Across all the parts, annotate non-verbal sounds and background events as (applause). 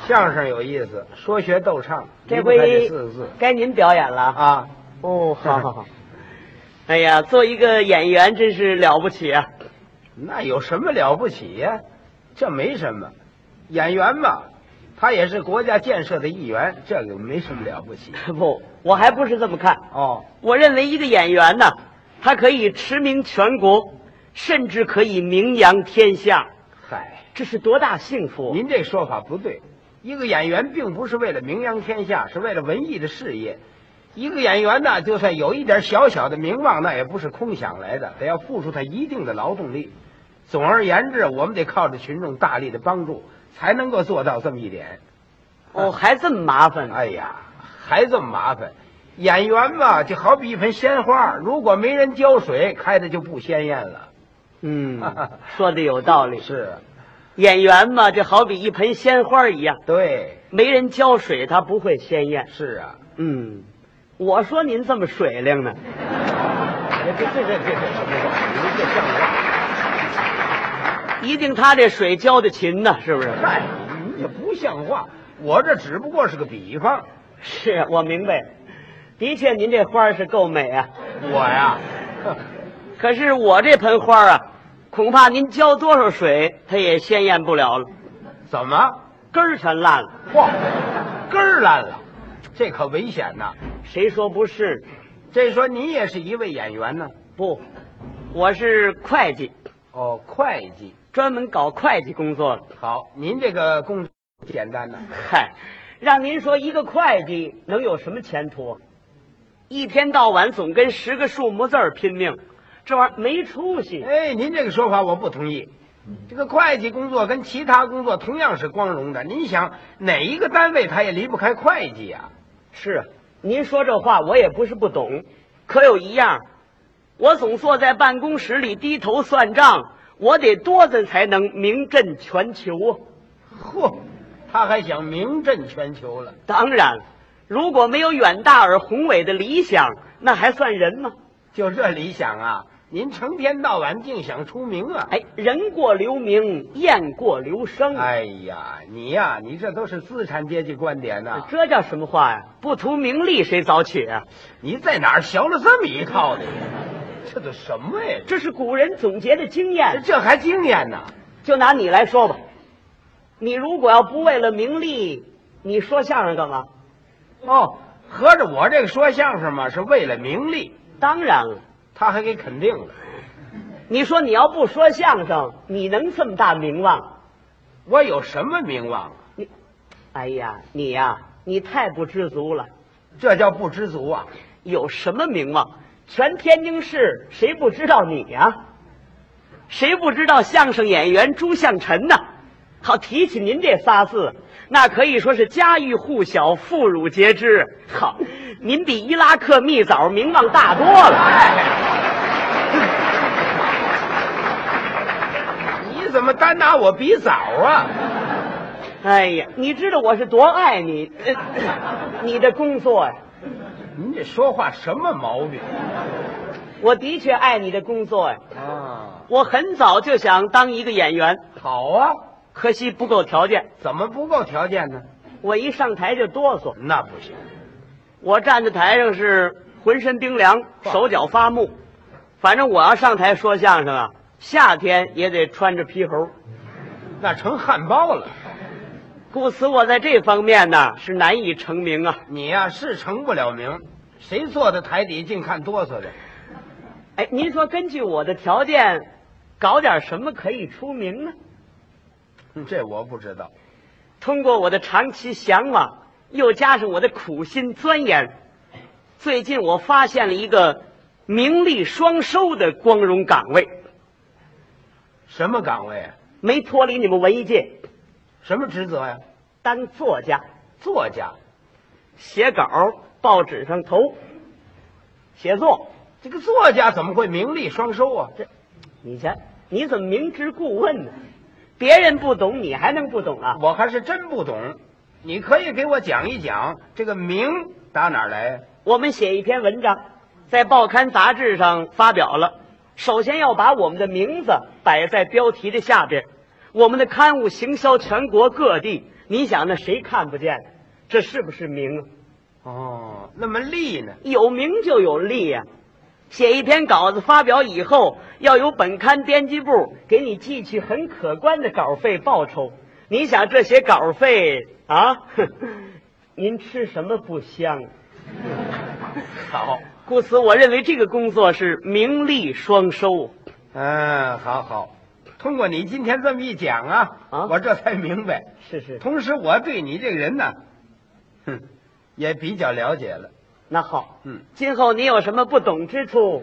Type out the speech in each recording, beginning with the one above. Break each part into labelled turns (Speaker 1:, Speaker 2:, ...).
Speaker 1: 相声有意思，说学逗唱，
Speaker 2: 这
Speaker 1: 离不开
Speaker 2: 回
Speaker 1: 这四个字
Speaker 2: 该您表演了啊！
Speaker 1: 啊。哦，好好好，
Speaker 2: 哎呀，做一个演员真是了不起啊！
Speaker 1: (laughs)
Speaker 2: (laughs)
Speaker 1: 那有什么了不起呀、这没什么，演员嘛，他也是国家建设的一员，这个没什么了不起。
Speaker 2: 不，我还不是这么看。
Speaker 1: 哦，
Speaker 2: 我认为一个演员呢，他可以驰名全国，甚至可以名扬天下，
Speaker 1: 嗨，
Speaker 2: 这是多大幸福！啊
Speaker 1: 您这说法不对。一个演员并不是为了名扬天下，是为了文艺的事业。一个演员呢，就算有一点小小的名望，那也不是空想来的，得要付出他一定的劳动力。总而言之，我们得靠着群众大力的帮助，才能够做到这么一点。
Speaker 2: 哦，还这么麻烦呢。
Speaker 1: 哎呀，还这么麻烦。演员嘛，就好比一盆鲜花，如果没人浇水，开的就不鲜艳了。 (laughs)
Speaker 2: 嗯，说的有道理。
Speaker 1: 是，
Speaker 2: 演员嘛，就好比一盆鲜花一样，
Speaker 1: 对，
Speaker 2: 没人浇水，它不会鲜艳。
Speaker 1: 是啊。
Speaker 2: 嗯，我说您这么水灵呢，
Speaker 1: 这这这这这这什么话？你这像话？
Speaker 2: 一定他这水浇的勤呢，是不是？
Speaker 1: 嗨，你也不像话。我这只不过是个比方。
Speaker 2: (laughs) 是我明白，的确您这花儿是够美啊，
Speaker 1: 我呀，哼
Speaker 2: 可是我这盆花儿啊，恐怕您浇多少水，它也鲜艳不了了，
Speaker 1: 怎么？
Speaker 2: 根儿全烂了。
Speaker 1: 嚯，根儿烂了，这可危险呐！
Speaker 2: 谁说不是呢？
Speaker 1: 这说你也是一位演员呢？
Speaker 2: 不，我是会计，
Speaker 1: 哦，会计。
Speaker 2: 专门搞会计工作的。
Speaker 1: 好，您这个工作简单呐。
Speaker 2: 嗨，让您说一个会计能有什么前途啊？一天到晚总跟十个数目字儿拼命，这玩意儿没出息。
Speaker 1: 哎，您这个说法我不同意。这个会计工作跟其他工作同样是光荣的。您想哪一个单位他也离不开会计呀、
Speaker 2: 是啊，您说这话我也不是不懂，可有一样，我总坐在办公室里低头算账，我得多着才能名震全球啊！
Speaker 1: 嚯，他还想名震全球了。
Speaker 2: 当然，如果没有远大而宏伟的理想，那还算人吗？
Speaker 1: 就这理想啊，您成天到晚净想出名啊！
Speaker 2: 哎，人过留名，雁过留声。
Speaker 1: 哎呀，你呀、你这都是资产阶级观点呐、
Speaker 2: 哎这叫什么话呀？不图名利，谁早起啊？
Speaker 1: 你在哪儿学了这么一套的呀？
Speaker 2: 哎
Speaker 1: 这都什么呀？
Speaker 2: 这是古人总结的经
Speaker 1: 这
Speaker 2: 验。
Speaker 1: 这还经验呢？
Speaker 2: 就拿你来说吧，你如果要不为了名利，你说相声干嘛？
Speaker 1: 哦，合着我这个说相声嘛，是为了名利，
Speaker 2: 当然了，
Speaker 1: 他还给肯定了。
Speaker 2: 你说你要不说相声，你能这么大名望？
Speaker 1: 我有什么名望啊？
Speaker 2: 哎呀，你呀、你太不知足了。
Speaker 1: 这叫不知足啊！
Speaker 2: 有什么名望？全天津市谁不知道你呀、谁不知道相声演员朱向臣呐？好，提起您这仨字，那可以说是家喻户晓、妇孺皆知。好，您比伊拉克蜜枣名望大多了。
Speaker 1: 你怎么单拿我比枣啊？
Speaker 2: 哎呀，你知道我是多爱你，呃你的工作呀、
Speaker 1: 您这说话什么毛病
Speaker 2: 我的确爱你的工作呀、
Speaker 1: 啊？
Speaker 2: 我很早就想当一个演员，
Speaker 1: 好啊，
Speaker 2: 可惜不够条件，
Speaker 1: 怎么不够条件呢？
Speaker 2: 我一上台就哆嗦。
Speaker 1: 那不行，
Speaker 2: 我站在台上是浑身冰凉，手脚发木。反正我要上台说相声啊，夏天也得穿着皮猴。
Speaker 1: 那成汉堡了。
Speaker 2: 故此，我在这方面呢是难以成名啊。
Speaker 1: 你呀、是成不了名，谁坐在台底净看哆嗦的？
Speaker 2: 哎，您说根据我的条件，搞点什么可以出名呢？
Speaker 1: 哼嗯这我不知道。
Speaker 2: 通过我的长期向往，又加上我的苦心钻研，最近我发现了一个名利双收的光荣岗位，
Speaker 1: 什么岗位啊？
Speaker 2: 没脱离你们文艺界，
Speaker 1: 什么职责呀、
Speaker 2: 当作家。
Speaker 1: 作家。
Speaker 2: 写稿，报纸上投，写作。
Speaker 1: 这个作家怎么会名利双收啊？这
Speaker 2: 你瞧，你怎么明知故问呢？别人不懂，你还能不懂啊？
Speaker 1: 我还是真不懂。你可以给我讲一讲这个名打哪儿来啊呀、
Speaker 2: 我们写一篇文章，在报刊杂志上发表了，首先要把我们的名字摆在标题的下边，我们的刊物行销全国各地，你想那谁看不见？这是不是名啊？
Speaker 1: 哦，那么利呢？
Speaker 2: 有名就有利呀、写一篇稿子发表以后，要由本刊编辑部给你寄去很可观的稿费报酬。你想这些稿费啊， (laughs) 您吃什么不香？啊
Speaker 1: 好，
Speaker 2: 故此，我认为这个工作是名利双收。
Speaker 1: 嗯，好好。通过你今天这么一讲啊，
Speaker 2: 啊
Speaker 1: 我这才明白。
Speaker 2: 是是，
Speaker 1: 同时，我对你这个人呢，哼，也比较了解了。
Speaker 2: 那好，
Speaker 1: 嗯，
Speaker 2: 今后你有什么不懂之处，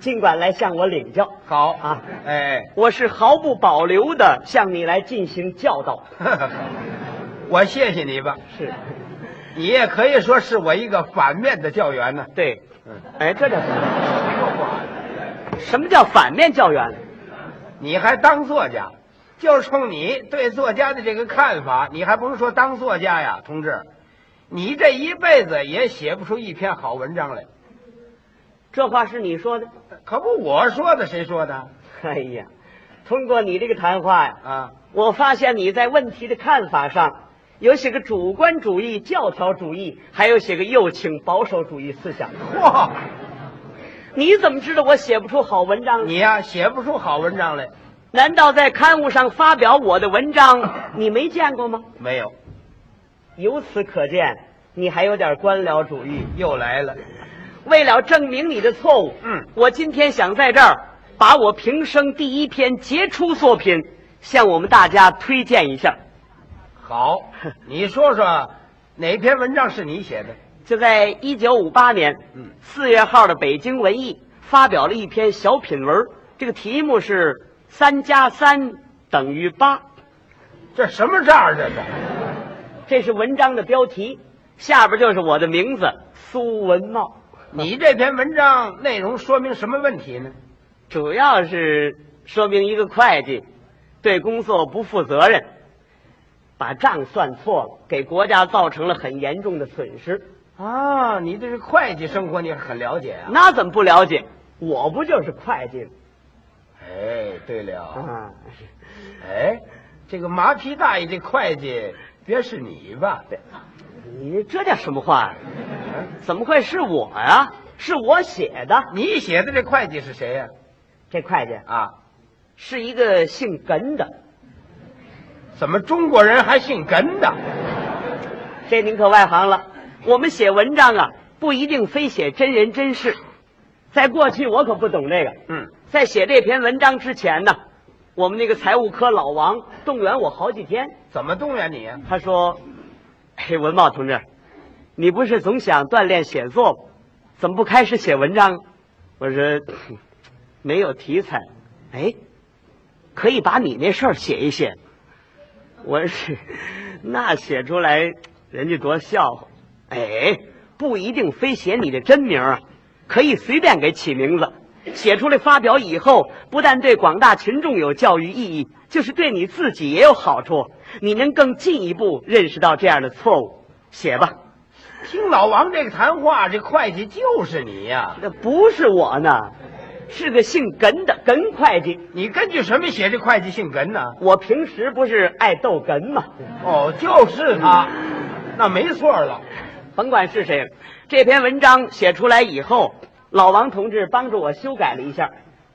Speaker 2: 尽管来向我领教，
Speaker 1: 好
Speaker 2: 啊
Speaker 1: 哎， (laughs)
Speaker 2: 我是毫不保留的向你来进行教导。
Speaker 1: 我谢谢你吧。
Speaker 2: 是，
Speaker 1: 你也可以说是我一个反面的教员呢、
Speaker 2: 对，
Speaker 1: 嗯，
Speaker 2: 哎，这叫什么？什么叫反面教员？
Speaker 1: 你还当作家，就冲你对作家的这个看法，你还甭说当作家呀，同志，你这一辈子也写不出一篇好文章来。
Speaker 2: 这话是你说的？
Speaker 1: 可不，我说的，谁说的
Speaker 2: 哎呀，通过你这个谈话呀，
Speaker 1: 啊？
Speaker 2: 我发现你在问题的看法上，有些个主观主义、教条主义，还有些个右倾保守主义思想。
Speaker 1: 嚯，
Speaker 2: 你怎么知道我写不出好文章呢？
Speaker 1: 你呀、写不出好文章来，
Speaker 2: 难道在刊物上发表我的文章，你没见过吗？
Speaker 1: 没有，
Speaker 2: 由此可见，你还有点官僚主义。
Speaker 1: 又来了。
Speaker 2: 为了证明你的错误，
Speaker 1: 嗯
Speaker 2: 我今天想在这儿把我平生第一篇杰出作品向我们大家推荐一下。
Speaker 1: 好，你说说哪篇文章是你写的？
Speaker 2: 就在一九五八年
Speaker 1: 嗯
Speaker 2: 四月号的《北京文艺》发表了一篇小品文，这个题目是“三加三等于八
Speaker 1: 这什么账儿这是？”，
Speaker 2: 这是文章的标题，下边就是我的名字苏文茂。
Speaker 1: (laughs) 你这篇文章内容说明什么问题呢？
Speaker 2: 主要是说明一个会计对工作不负责任，把账算错了，给国家造成了很严重的损失。
Speaker 1: 啊，你对这会计生活你很了解啊？
Speaker 2: 那怎么不了解？我不就是会计吗？
Speaker 1: 哎，对了，
Speaker 2: 啊，
Speaker 1: 哎，这个麻皮大爷这会计别是你吧？对，
Speaker 2: 你这叫什么话呀、
Speaker 1: 嗯
Speaker 2: 怎么会是我呀、是我写的。
Speaker 1: 你写的这会计是谁呀、
Speaker 2: 这会计
Speaker 1: 啊？
Speaker 2: 是一个姓根的，
Speaker 1: 怎么中国人还姓根的？
Speaker 2: 这您可外行了。我们写文章啊，不一定非写真人真事。在过去，我可不懂这个。
Speaker 1: 嗯，
Speaker 2: 在写这篇文章之前呢，我们那个财务科老王动员我好几天，
Speaker 1: 怎么动员你呀、
Speaker 2: 他说：“嘿，文茂同志，你不是总想锻炼写作吗？怎么不开始写文章？”我说：“没有题材。”哎，可以把你那事儿写一写。我是那写出来，人家多笑话。哎，不一定非写你的真名啊，可以随便给起名字。写出来发表以后，不但对广大群众有教育意义，就是对你自己也有好处。你能更进一步认识到这样的错误。写吧，
Speaker 1: 听老王这个谈话，这会计就是你呀、
Speaker 2: 那不是我呢，是个姓耿的耿会计。
Speaker 1: 你根据什么写这会计姓根呢？
Speaker 2: 我平时不是爱逗哏吗？
Speaker 1: 哦，就是他，那没错了。
Speaker 2: 甭管是谁，这篇文章写出来以后，老王同志帮助我修改了一下，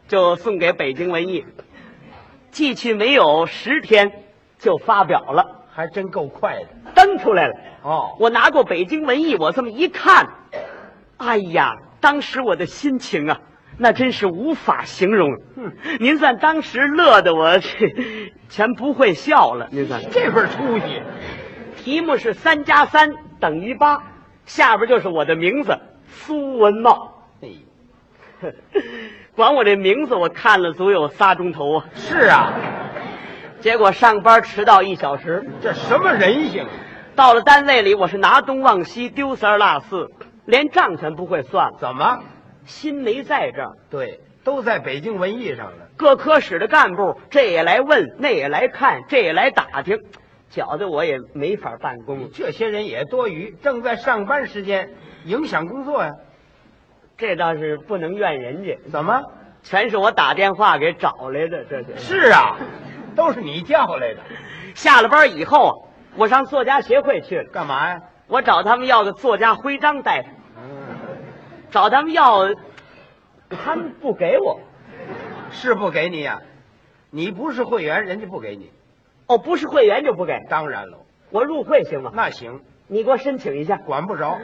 Speaker 2: 就送给北京文艺，寄去没有十天就发表了，
Speaker 1: 还真够快的
Speaker 2: 登出来了。
Speaker 1: 哦。
Speaker 2: 我拿过北京文艺，我这么一看，哎呀，当时我的心情啊，那真是无法形容。
Speaker 1: 嗯
Speaker 2: (laughs) 您算当时乐的我 (laughs) 全不会笑了。您算
Speaker 1: 这份出息，
Speaker 2: 题目是三加三等于八，下边就是我的名字苏文茂。
Speaker 1: 哎，
Speaker 2: 管我这名字，我看了足有仨钟头啊！
Speaker 1: 是啊，
Speaker 2: 结果上班迟到一小时，
Speaker 1: 这什么人性啊？
Speaker 2: 到了单位里，我是拿东忘西，丢三落四，连账全不会算了，
Speaker 1: 怎么？
Speaker 2: 心没在这儿。
Speaker 1: 对，都在北京文艺上了。
Speaker 2: 各科室的干部这也来问，那也来看，这也来打听，搅得我也没法办公。
Speaker 1: 这些人也多余，正在上班时间，影响工作呀、
Speaker 2: 这倒是不能怨人家，
Speaker 1: 怎么？
Speaker 2: 全是我打电话给找来的。这是
Speaker 1: 是啊，都是你叫来的，
Speaker 2: 下了班以后，啊我上作家协会去了，
Speaker 1: 干嘛呀？
Speaker 2: 我找他们要个作家徽章戴上，
Speaker 1: 嗯，
Speaker 2: 找他们要，他们不给我。
Speaker 1: 是不给你呀、你不是会员，人家不给你。
Speaker 2: 哦，不是会员就不给
Speaker 1: 当然喽，
Speaker 2: 我入会行吗？
Speaker 1: 那行，
Speaker 2: 你给我申请一下，
Speaker 1: 管不着。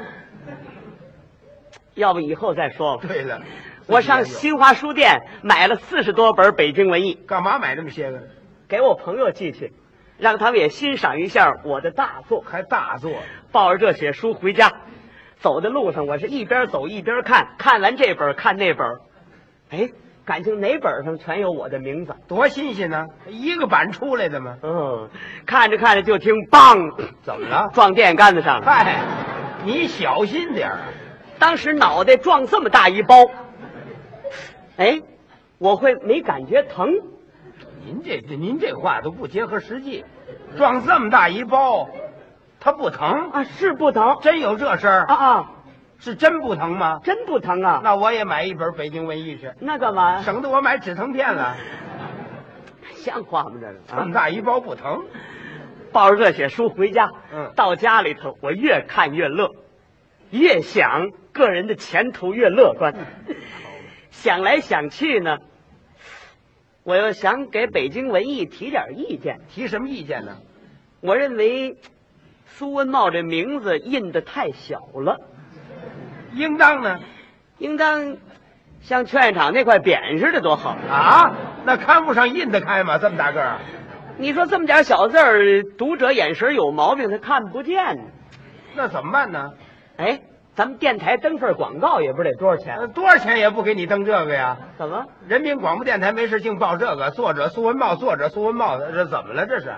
Speaker 2: 要不以后再说吧。
Speaker 1: 对了，
Speaker 2: 我上新华书店买了四十多本北京文艺，
Speaker 1: 干嘛买这么些个？
Speaker 2: 给我朋友寄去，让他们也欣赏一下我的大作。
Speaker 1: 还大作，
Speaker 2: 抱着这些书回家，走的路上我是一边走一边看，看完这本看那本，哎，感情哪本上全有我的名字。
Speaker 1: 多新鲜呢！一个版出来的吗？
Speaker 2: 嗯，看着看着就听“梆
Speaker 1: 怎么了”？
Speaker 2: 撞电线杆子上了，
Speaker 1: 嗨，你小心点儿啊！
Speaker 2: 当时脑袋撞这么大一包，哎，我会没感觉疼。
Speaker 1: 您这您这话都不结合实际，撞这么大一包，它不疼？
Speaker 2: 啊，是不疼
Speaker 1: 真有这事
Speaker 2: 啊
Speaker 1: 儿？
Speaker 2: 啊，
Speaker 1: 是真不疼吗？
Speaker 2: 真不疼啊。
Speaker 1: 那我也买一本《北京文艺》去，
Speaker 2: 那干嘛？
Speaker 1: 省得我买止疼片了。
Speaker 2: 像话吗？这
Speaker 1: 这么
Speaker 2: 个啊，
Speaker 1: 大一包不疼，
Speaker 2: 抱着热血书回家，
Speaker 1: 嗯
Speaker 2: 到家里头我越看越乐，越想个人的前途越乐观。想来想去呢，我又想给北京文艺提点意见。
Speaker 1: 提什么意见呢？
Speaker 2: 我认为苏文茂这名字印的太小了，
Speaker 1: 应当呢？
Speaker 2: 应当像劝业场那块匾似的多好。
Speaker 1: 啊，那刊物上印得开吗？这么大个儿，
Speaker 2: 你说这么点小字儿，读者眼神有毛病，他看不见呢。
Speaker 1: 那怎么办呢？
Speaker 2: 哎，咱们电台登份广告也不得多少钱？
Speaker 1: 呃多少钱也不给你登这个呀！
Speaker 2: 怎么？
Speaker 1: 人民广播电台没事净报这个，作者苏文茂，作者苏文茂，这怎么了？这是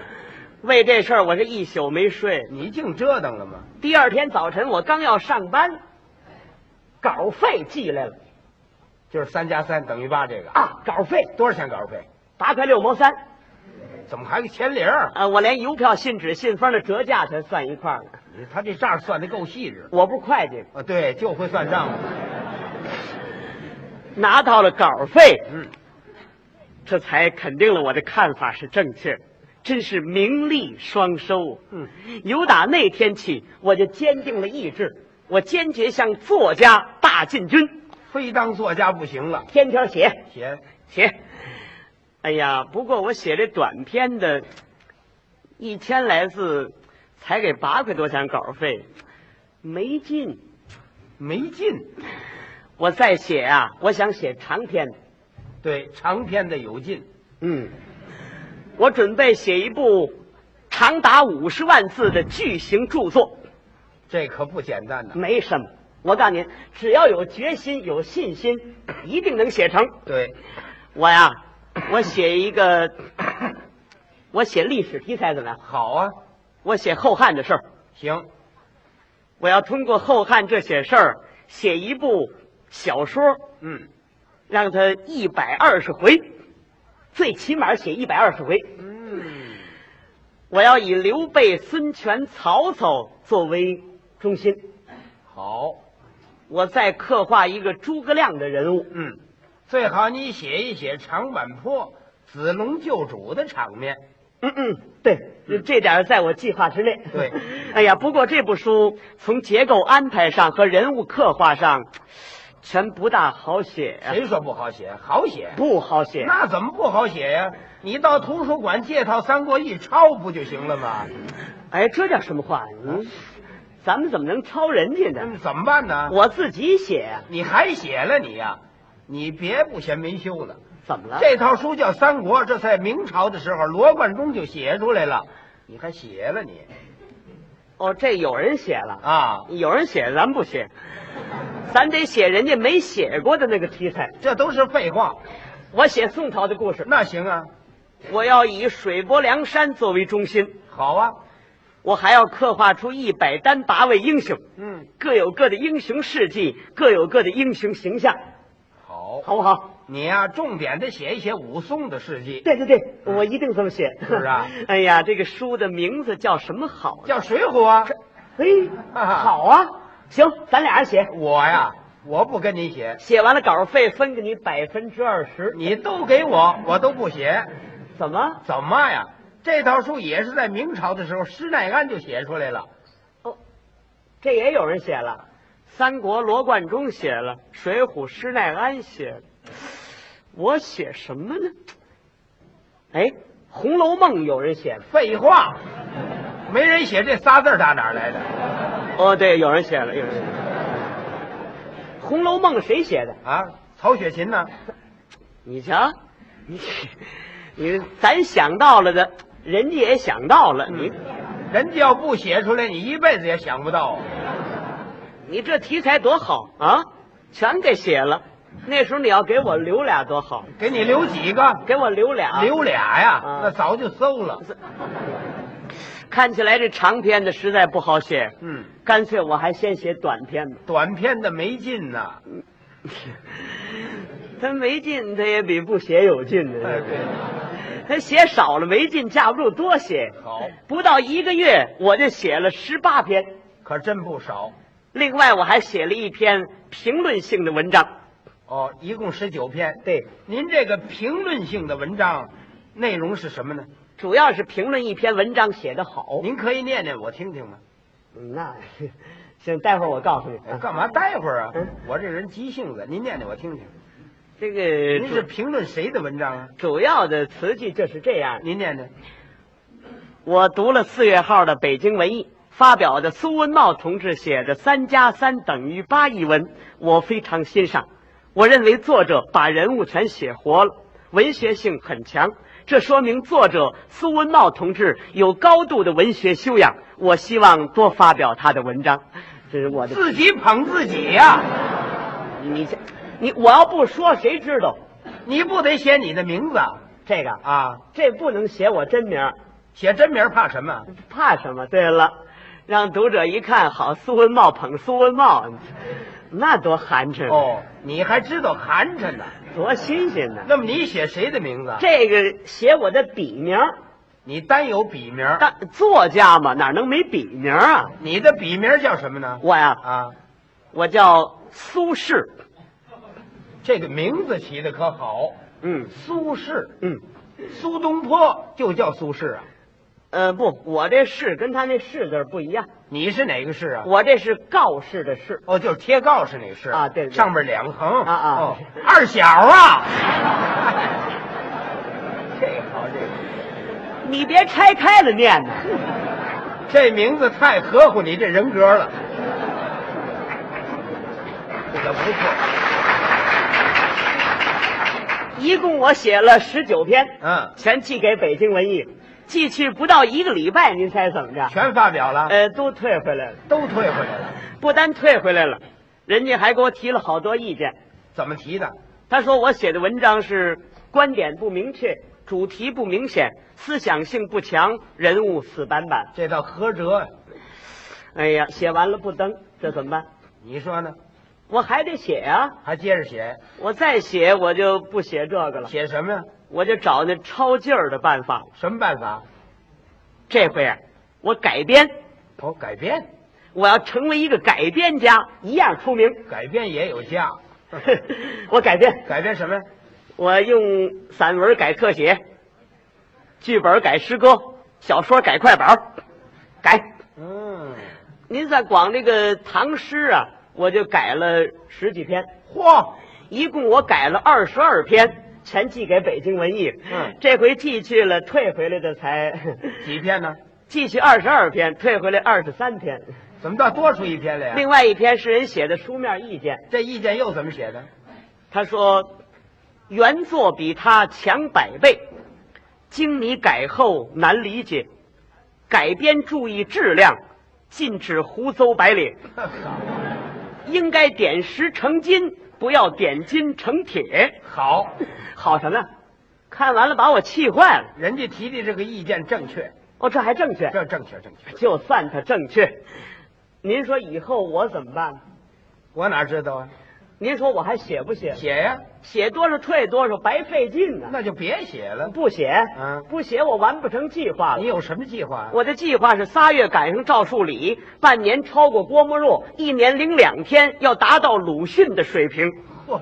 Speaker 2: 为这事儿我是一宿没睡。
Speaker 1: 你净折腾了吗？
Speaker 2: 第二天早晨我刚要上班，稿费寄来了
Speaker 1: 就是三加三等于八这个，
Speaker 2: 啊，稿费
Speaker 1: 多少钱稿费？
Speaker 2: 八块六毛三。
Speaker 1: 怎么还个钱零儿？
Speaker 2: 啊，我连邮票、信纸、信封的折价全算一块儿了。
Speaker 1: 你他这账算的够细致
Speaker 2: 我不是会计，
Speaker 1: 啊！对，就会算账了。
Speaker 2: 拿到了稿费，
Speaker 1: 嗯，
Speaker 2: 这才肯定了我的看法是正确，真是名利双收。
Speaker 1: 嗯，
Speaker 2: 由打那天起，我就坚定了意志，我坚决向作家大进军，
Speaker 1: 非当作家不行了，
Speaker 2: 天天写
Speaker 1: 写
Speaker 2: 写。哎呀，不过我写这短篇的，一千来字，才给八块多钱稿费，没劲。
Speaker 1: 没劲。
Speaker 2: 我再写啊，我想写长篇。
Speaker 1: 对，长篇的有劲，
Speaker 2: 嗯，我准备写一部长达五十万字的巨型著作，
Speaker 1: 这可不简单呐。
Speaker 2: 没什么。我告诉您，只要有决心、有信心，一定能写成。
Speaker 1: 对，
Speaker 2: 我呀，我写一个，我写历史题材怎么样？
Speaker 1: 好啊，
Speaker 2: 我写后汉的事儿，
Speaker 1: 行，
Speaker 2: 我要通过后汉这些事儿写一部小说，
Speaker 1: 嗯，
Speaker 2: 让它一百二十回，最起码写一百二十回。
Speaker 1: 嗯，
Speaker 2: 我要以刘备、孙权、曹操作为中心，
Speaker 1: 好，
Speaker 2: 我再刻画一个诸葛亮的人物。
Speaker 1: 嗯，最好你写一写长坂坡子龙救主的场面。
Speaker 2: 嗯嗯，对，这点儿在我计划之内。
Speaker 1: 对，
Speaker 2: (laughs) 哎呀，不过这部书从结构安排上和人物刻画上，全不大好写呀、
Speaker 1: 谁说不好写？好写，
Speaker 2: 不好写。
Speaker 1: 那怎么不好写呀、你到图书馆借套《三国一抄》不就行了吗？
Speaker 2: 哎，这叫什么话呀？嗯，咱们怎么能抄人家呢？
Speaker 1: 那嗯怎么办呢？
Speaker 2: 我自己写呀，
Speaker 1: 你还写了你呀、你别不嫌没羞了。
Speaker 2: 怎么了？
Speaker 1: 这套书叫《三国》，这在明朝的时候罗贯中就写出来了，你还写了你
Speaker 2: 哦，这有人写了。
Speaker 1: 啊？
Speaker 2: 有人写，咱不写，咱得写人家没写过的那个题材。
Speaker 1: 这都是废话。
Speaker 2: 我写宋朝的故事，
Speaker 1: 那行啊，
Speaker 2: 我要以水泊梁山作为中心，
Speaker 1: 好啊，
Speaker 2: 我还要刻画出一百单八位英雄，
Speaker 1: 嗯，
Speaker 2: 各有各的英雄事迹，各有各的英雄形象，
Speaker 1: 好。
Speaker 2: 好不好？
Speaker 1: 你呀、重点的写一写武松的事迹，
Speaker 2: 对对对，我一定这么写。
Speaker 1: 是不是啊
Speaker 2: (laughs) 哎呀，这个书的名字叫什么好呢？
Speaker 1: 叫《水浒》啊。
Speaker 2: 嘿，好啊，行，咱俩人写，
Speaker 1: 我呀，我不跟你写，
Speaker 2: 写完了稿费分给你百分之二十。
Speaker 1: 你都给我，我都不写。
Speaker 2: 怎么？
Speaker 1: 怎么呀？这套书也是在明朝的时候，施耐庵就写出来了。
Speaker 2: 哦，这也有人写了，《三国》罗贯中写了，《水浒》施耐庵写了，我写什么呢？哎，《红楼梦》有人写了，
Speaker 1: 废话，没人写这仨字儿打哪儿来的
Speaker 2: 哦，对，有人写了，有人写了。《红楼梦》谁写的？
Speaker 1: 啊？曹雪芹呢？
Speaker 2: 你瞧，你你咱想到了的，人家也想到了，你
Speaker 1: 人家要不写出来，你一辈子也想不到。
Speaker 2: 你这题材多好啊，全给写了。那时候你要给我留俩多好，
Speaker 1: 给你留几个？
Speaker 2: 给我留俩，
Speaker 1: 留俩呀
Speaker 2: 啊？
Speaker 1: 那早就馊了。
Speaker 2: 看起来这长篇的实在不好写，
Speaker 1: 嗯，
Speaker 2: 干脆我还先写短篇
Speaker 1: (laughs)
Speaker 2: 吧。
Speaker 1: 短篇的没劲呐。
Speaker 2: 他没劲，他也比不写有劲
Speaker 1: 哎，
Speaker 2: 呢。
Speaker 1: 对，
Speaker 2: 他写少了没劲，架不住多写。
Speaker 1: 好，
Speaker 2: 不到一个月，我就写了十八篇，
Speaker 1: 可真不少。
Speaker 2: 另外我还写了一篇评论性的文章。
Speaker 1: 哦，一共十九篇。
Speaker 2: 对，
Speaker 1: 您这个评论性的文章内容是什么呢？
Speaker 2: 主要是评论一篇文章写得好。
Speaker 1: 您可以念念我听听吗？
Speaker 2: 那行，待会儿我告诉你
Speaker 1: 哎
Speaker 2: 啊。
Speaker 1: 干嘛待会儿啊
Speaker 2: 嗯？
Speaker 1: 我这人急性子，您念念我听听。
Speaker 2: 这个
Speaker 1: 您是
Speaker 2: 主
Speaker 1: 评论谁的文章啊？
Speaker 2: 主要的词句就是这样。
Speaker 1: 您念念。
Speaker 2: 我读了四月号的《北京文艺》，发表的苏文茂同志写的“三加三等于八”一文，我非常欣赏。我认为作者把人物全写活了，文学性很强，这说明作者苏文茂同志有高度的文学修养。我希望多发表他的文章，这是我的。
Speaker 1: 自己捧自己呀、
Speaker 2: 你这，你我要不说谁知道？
Speaker 1: 你不得写你的名字
Speaker 2: 这个啊，
Speaker 1: 啊？
Speaker 2: 这不能写我真名儿。
Speaker 1: 写真名怕什么？
Speaker 2: 怕什么？对了，让读者一看，好，苏文茂捧苏文茂，那多寒碜哦，
Speaker 1: 哦，你还知道寒碜呢？
Speaker 2: 多新鲜呢！
Speaker 1: 那么你写谁的名字？啊
Speaker 2: 这个写我的笔名，
Speaker 1: 你单有笔名，
Speaker 2: 但作家嘛，哪能没笔名啊？
Speaker 1: 你的笔名叫什么呢？
Speaker 2: 我呀，
Speaker 1: 啊，
Speaker 2: 我叫苏轼，
Speaker 1: 这个名字起的可好，
Speaker 2: 嗯
Speaker 1: 苏轼，
Speaker 2: 嗯，
Speaker 1: 苏东坡就叫苏轼啊。
Speaker 2: 呃，不，我这轼跟他那轼字儿不一样，
Speaker 1: 你是哪个轼啊？
Speaker 2: 我这是告示的示，
Speaker 1: 哦，就是贴告示那个轼
Speaker 2: 啊对对
Speaker 1: 上边两横
Speaker 2: 啊啊
Speaker 1: 哦，二小
Speaker 2: (laughs)
Speaker 1: 啊。这个好，这个好。
Speaker 2: 你别拆开了念呢。
Speaker 1: 这名字太合乎你这人格了，这个不错。
Speaker 2: 一共我写了十九篇，
Speaker 1: 嗯，
Speaker 2: 全寄给北京文艺，寄去不到一个礼拜，您猜怎么着？
Speaker 1: 全发表了，
Speaker 2: 呃，都退回来了。
Speaker 1: 都退回来了。
Speaker 2: 不单退回来了，人家还给我提了好多意见。
Speaker 1: 怎么提的？
Speaker 2: 他说我写的文章是观点不明确，主题不明显，思想性不强，人物死板板。
Speaker 1: 这叫合辙啊呀。
Speaker 2: 哎呀，写完了不登，这怎么办？
Speaker 1: 你说呢？
Speaker 2: 我还得写啊！
Speaker 1: 还接着写，
Speaker 2: 我再写我就不写这个了，
Speaker 1: 写什么呀？
Speaker 2: 我就找那抄劲儿的办法。
Speaker 1: 什么办法？
Speaker 2: 这回啊，我改编，
Speaker 1: 哦，改编，
Speaker 2: 我要成为一个改编家，一样出名。 (laughs)
Speaker 1: 改编也有价。
Speaker 2: 我改编，
Speaker 1: 改编什么呀？
Speaker 2: 我用散文改特写，剧本改诗歌，小说改快板，改。
Speaker 1: 嗯，
Speaker 2: 您再广这个唐诗啊，我就改了十几篇，
Speaker 1: 嚯，
Speaker 2: 一共我改了二十二篇，全寄给北京文艺。
Speaker 1: 嗯
Speaker 2: 这回寄去了，退回来的才 (laughs)
Speaker 1: 几篇呢？
Speaker 2: 寄去二十二篇，退回来二十三篇。
Speaker 1: 怎么倒多出一篇来呀？
Speaker 2: 另外一篇是人写的书面意见，
Speaker 1: 这意见又怎么写的？ (laughs)
Speaker 2: 他说，原作比他强百倍，经你改后难理解，改编注意质量，禁止胡诌白咧，应该点石成金，不要点金成铁。
Speaker 1: 好，
Speaker 2: 好什么呀？看完了把我气坏了。
Speaker 1: 人家提的这个意见正确，
Speaker 2: 哦，这还正确，
Speaker 1: 这正确正确。
Speaker 2: 就算他正确，您说以后我怎么办？
Speaker 1: 我哪知道啊？
Speaker 2: 您说我还写不写？
Speaker 1: 写呀、
Speaker 2: 写多少退多少，白费劲呢、
Speaker 1: 那就别写了。
Speaker 2: 不写，
Speaker 1: 嗯
Speaker 2: 不写我完不成计划了
Speaker 1: 你。有什么计划？
Speaker 2: 我的计划是仨月赶上赵树理，半年超过郭沫若，一年零两天要达到鲁迅的水平。
Speaker 1: 嚯，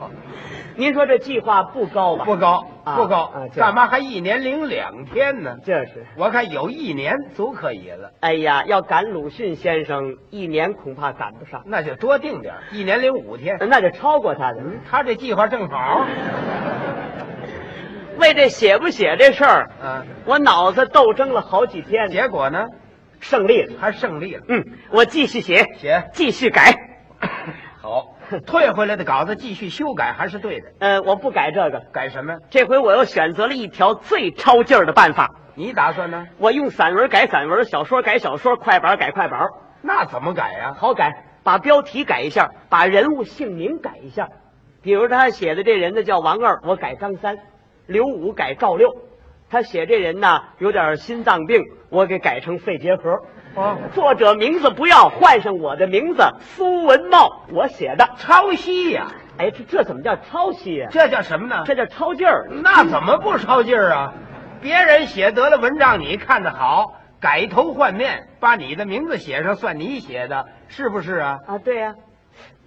Speaker 2: 您说这计划不高吧？
Speaker 1: 不高，
Speaker 2: 啊
Speaker 1: 不高，
Speaker 2: 啊这
Speaker 1: 干嘛还一年零两天呢？
Speaker 2: 这是。
Speaker 1: 我看有一年足可以了，
Speaker 2: 哎呀，要赶鲁迅先生，一年恐怕赶不上，
Speaker 1: 那就多定点儿，一年零五天。
Speaker 2: 那就超过他的。
Speaker 1: 他这计划正好，
Speaker 2: 为这写不写这事儿，
Speaker 1: 啊，
Speaker 2: 我脑子斗争了好几天，
Speaker 1: 结果呢
Speaker 2: 胜利了。
Speaker 1: 还胜利了。
Speaker 2: 嗯，我继续写，
Speaker 1: 写
Speaker 2: 继续改。
Speaker 1: 好，退回来的稿子继续修改还是对的，
Speaker 2: 呃，我不改这个，
Speaker 1: 改什么？
Speaker 2: 这回我又选择了一条最超劲儿的办法。
Speaker 1: 你打算呢？
Speaker 2: 我用散文改散文，小说改小说，快板改快板，
Speaker 1: 那怎么改呀、
Speaker 2: 好改。把标题改一下，把人物姓名改一下。比如他写的这人呢叫王二，我改张三；刘五改赵六。他写这人呢有点心脏病，我给改成肺结核。
Speaker 1: 哦，
Speaker 2: 作者名字不要，换上我的名字苏文茂，我写的。
Speaker 1: 抄袭呀、
Speaker 2: 哎，这这怎么叫抄袭呀、
Speaker 1: 这叫什么呢？
Speaker 2: 这叫抄劲儿。
Speaker 1: 那怎么不抄劲儿啊？别人写得了文章，你看着好，改头换面，把你的名字写上，算你写的，是不是啊？
Speaker 2: 啊，对呀、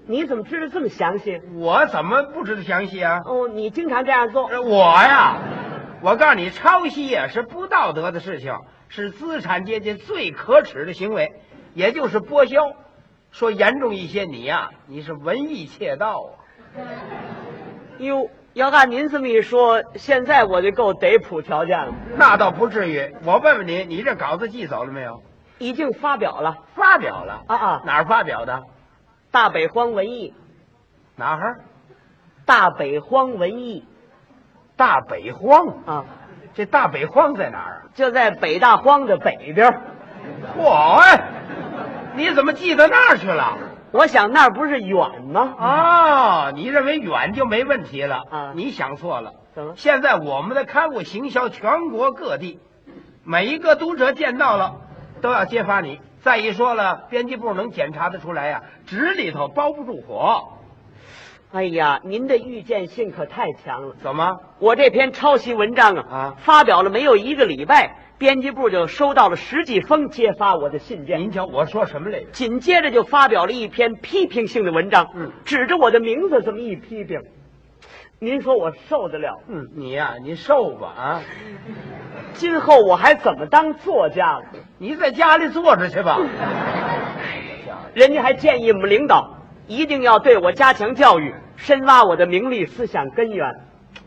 Speaker 2: 你怎么知道这么详细？
Speaker 1: 我怎么不知道详细啊？
Speaker 2: 哦，你经常这样做。
Speaker 1: 呃我呀，我告诉你，抄袭也是不道德的事情，是资产阶级最可耻的行为，也就是剥削。说严重一些，你呀、你是文艺窃盗啊！
Speaker 2: 哟，要按您这么一说，现在我就够得谱条件了，
Speaker 1: 那倒不至于。我问问你，你这稿子寄走了没有？
Speaker 2: 已经发表了
Speaker 1: 发表了
Speaker 2: 啊啊！
Speaker 1: 哪儿发表的？
Speaker 2: 大北荒文艺，
Speaker 1: 哪儿？
Speaker 2: 大北荒文艺
Speaker 1: 大北荒。
Speaker 2: 啊，
Speaker 1: 这大北荒在哪儿啊？
Speaker 2: 就在北大荒的北边儿。
Speaker 1: 嚯！哎，你怎么寄到那儿去了？
Speaker 2: 我想那儿不是远吗？
Speaker 1: 哦，你认为远就没问题了？
Speaker 2: 啊
Speaker 1: 你想错了。
Speaker 2: 怎么？
Speaker 1: 现在我们的刊物行销全国各地，每一个读者见到了都要揭发你。再一说了，编辑部能检查得出来呀、纸里头包不住火。
Speaker 2: 哎呀，您的预见性可太强了。
Speaker 1: 怎么？
Speaker 2: 我这篇抄袭文章啊，
Speaker 1: 啊
Speaker 2: 发表了没有一个礼拜，编辑部就收到了十几封揭发我的信件。
Speaker 1: 您瞧我说什么来着？
Speaker 2: 紧接着就发表了一篇批评性的文章，
Speaker 1: 嗯
Speaker 2: 指着我的名字这么一批评，您说我受得了？
Speaker 1: 嗯，你呀、你瘦吧啊！
Speaker 2: 今后我还怎么当作家了？
Speaker 1: 你在家里坐着去吧。
Speaker 2: 人家还建议我们领导一定要对我加强教育，深挖我的名利思想根源。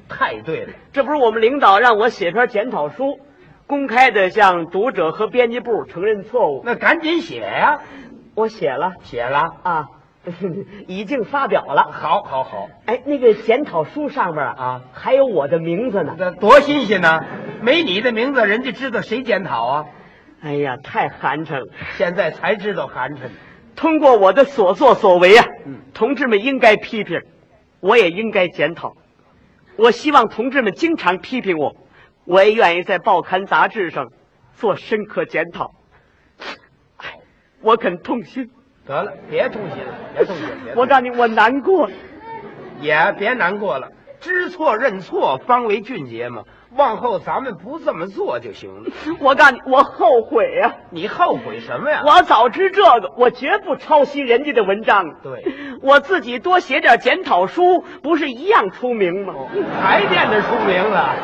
Speaker 1: 太对了，
Speaker 2: 这不是我们领导让我写篇检讨书，公开的向读者和编辑部承认错误。
Speaker 1: 那赶紧写呀、
Speaker 2: 我写了
Speaker 1: 写了，
Speaker 2: 啊， (laughs) 已经发表了。
Speaker 1: 好，好，好，
Speaker 2: 哎，那个检讨书上面
Speaker 1: 啊
Speaker 2: 还有我的名字呢。
Speaker 1: 那多新鲜呢！没你的名字，人家知道谁检讨啊？
Speaker 2: 哎呀，太寒碜了。
Speaker 1: 现在才知道寒碜。
Speaker 2: 通过我的所作所为啊，
Speaker 1: 嗯
Speaker 2: 同志们应该批评，我也应该检讨。我希望同志们经常批评我，我也愿意在报刊杂志上做深刻检讨。哎我很痛心，
Speaker 1: 得了，别痛心了，别痛心了，别
Speaker 2: 我
Speaker 1: 痛心
Speaker 2: 告诉你，我难过
Speaker 1: 了
Speaker 2: 了。
Speaker 1: 也别难过了，知错认错方为俊杰嘛。往后咱们不这么做就行了。
Speaker 2: 我告诉你，我后悔呀、
Speaker 1: 你后悔什么呀？
Speaker 2: 我要早知这个，我绝不抄袭人家的文章。
Speaker 1: 对，
Speaker 2: 我自己
Speaker 1: 哦
Speaker 2: 多写点检讨书，不是一样出名吗？
Speaker 1: 还变得出名了。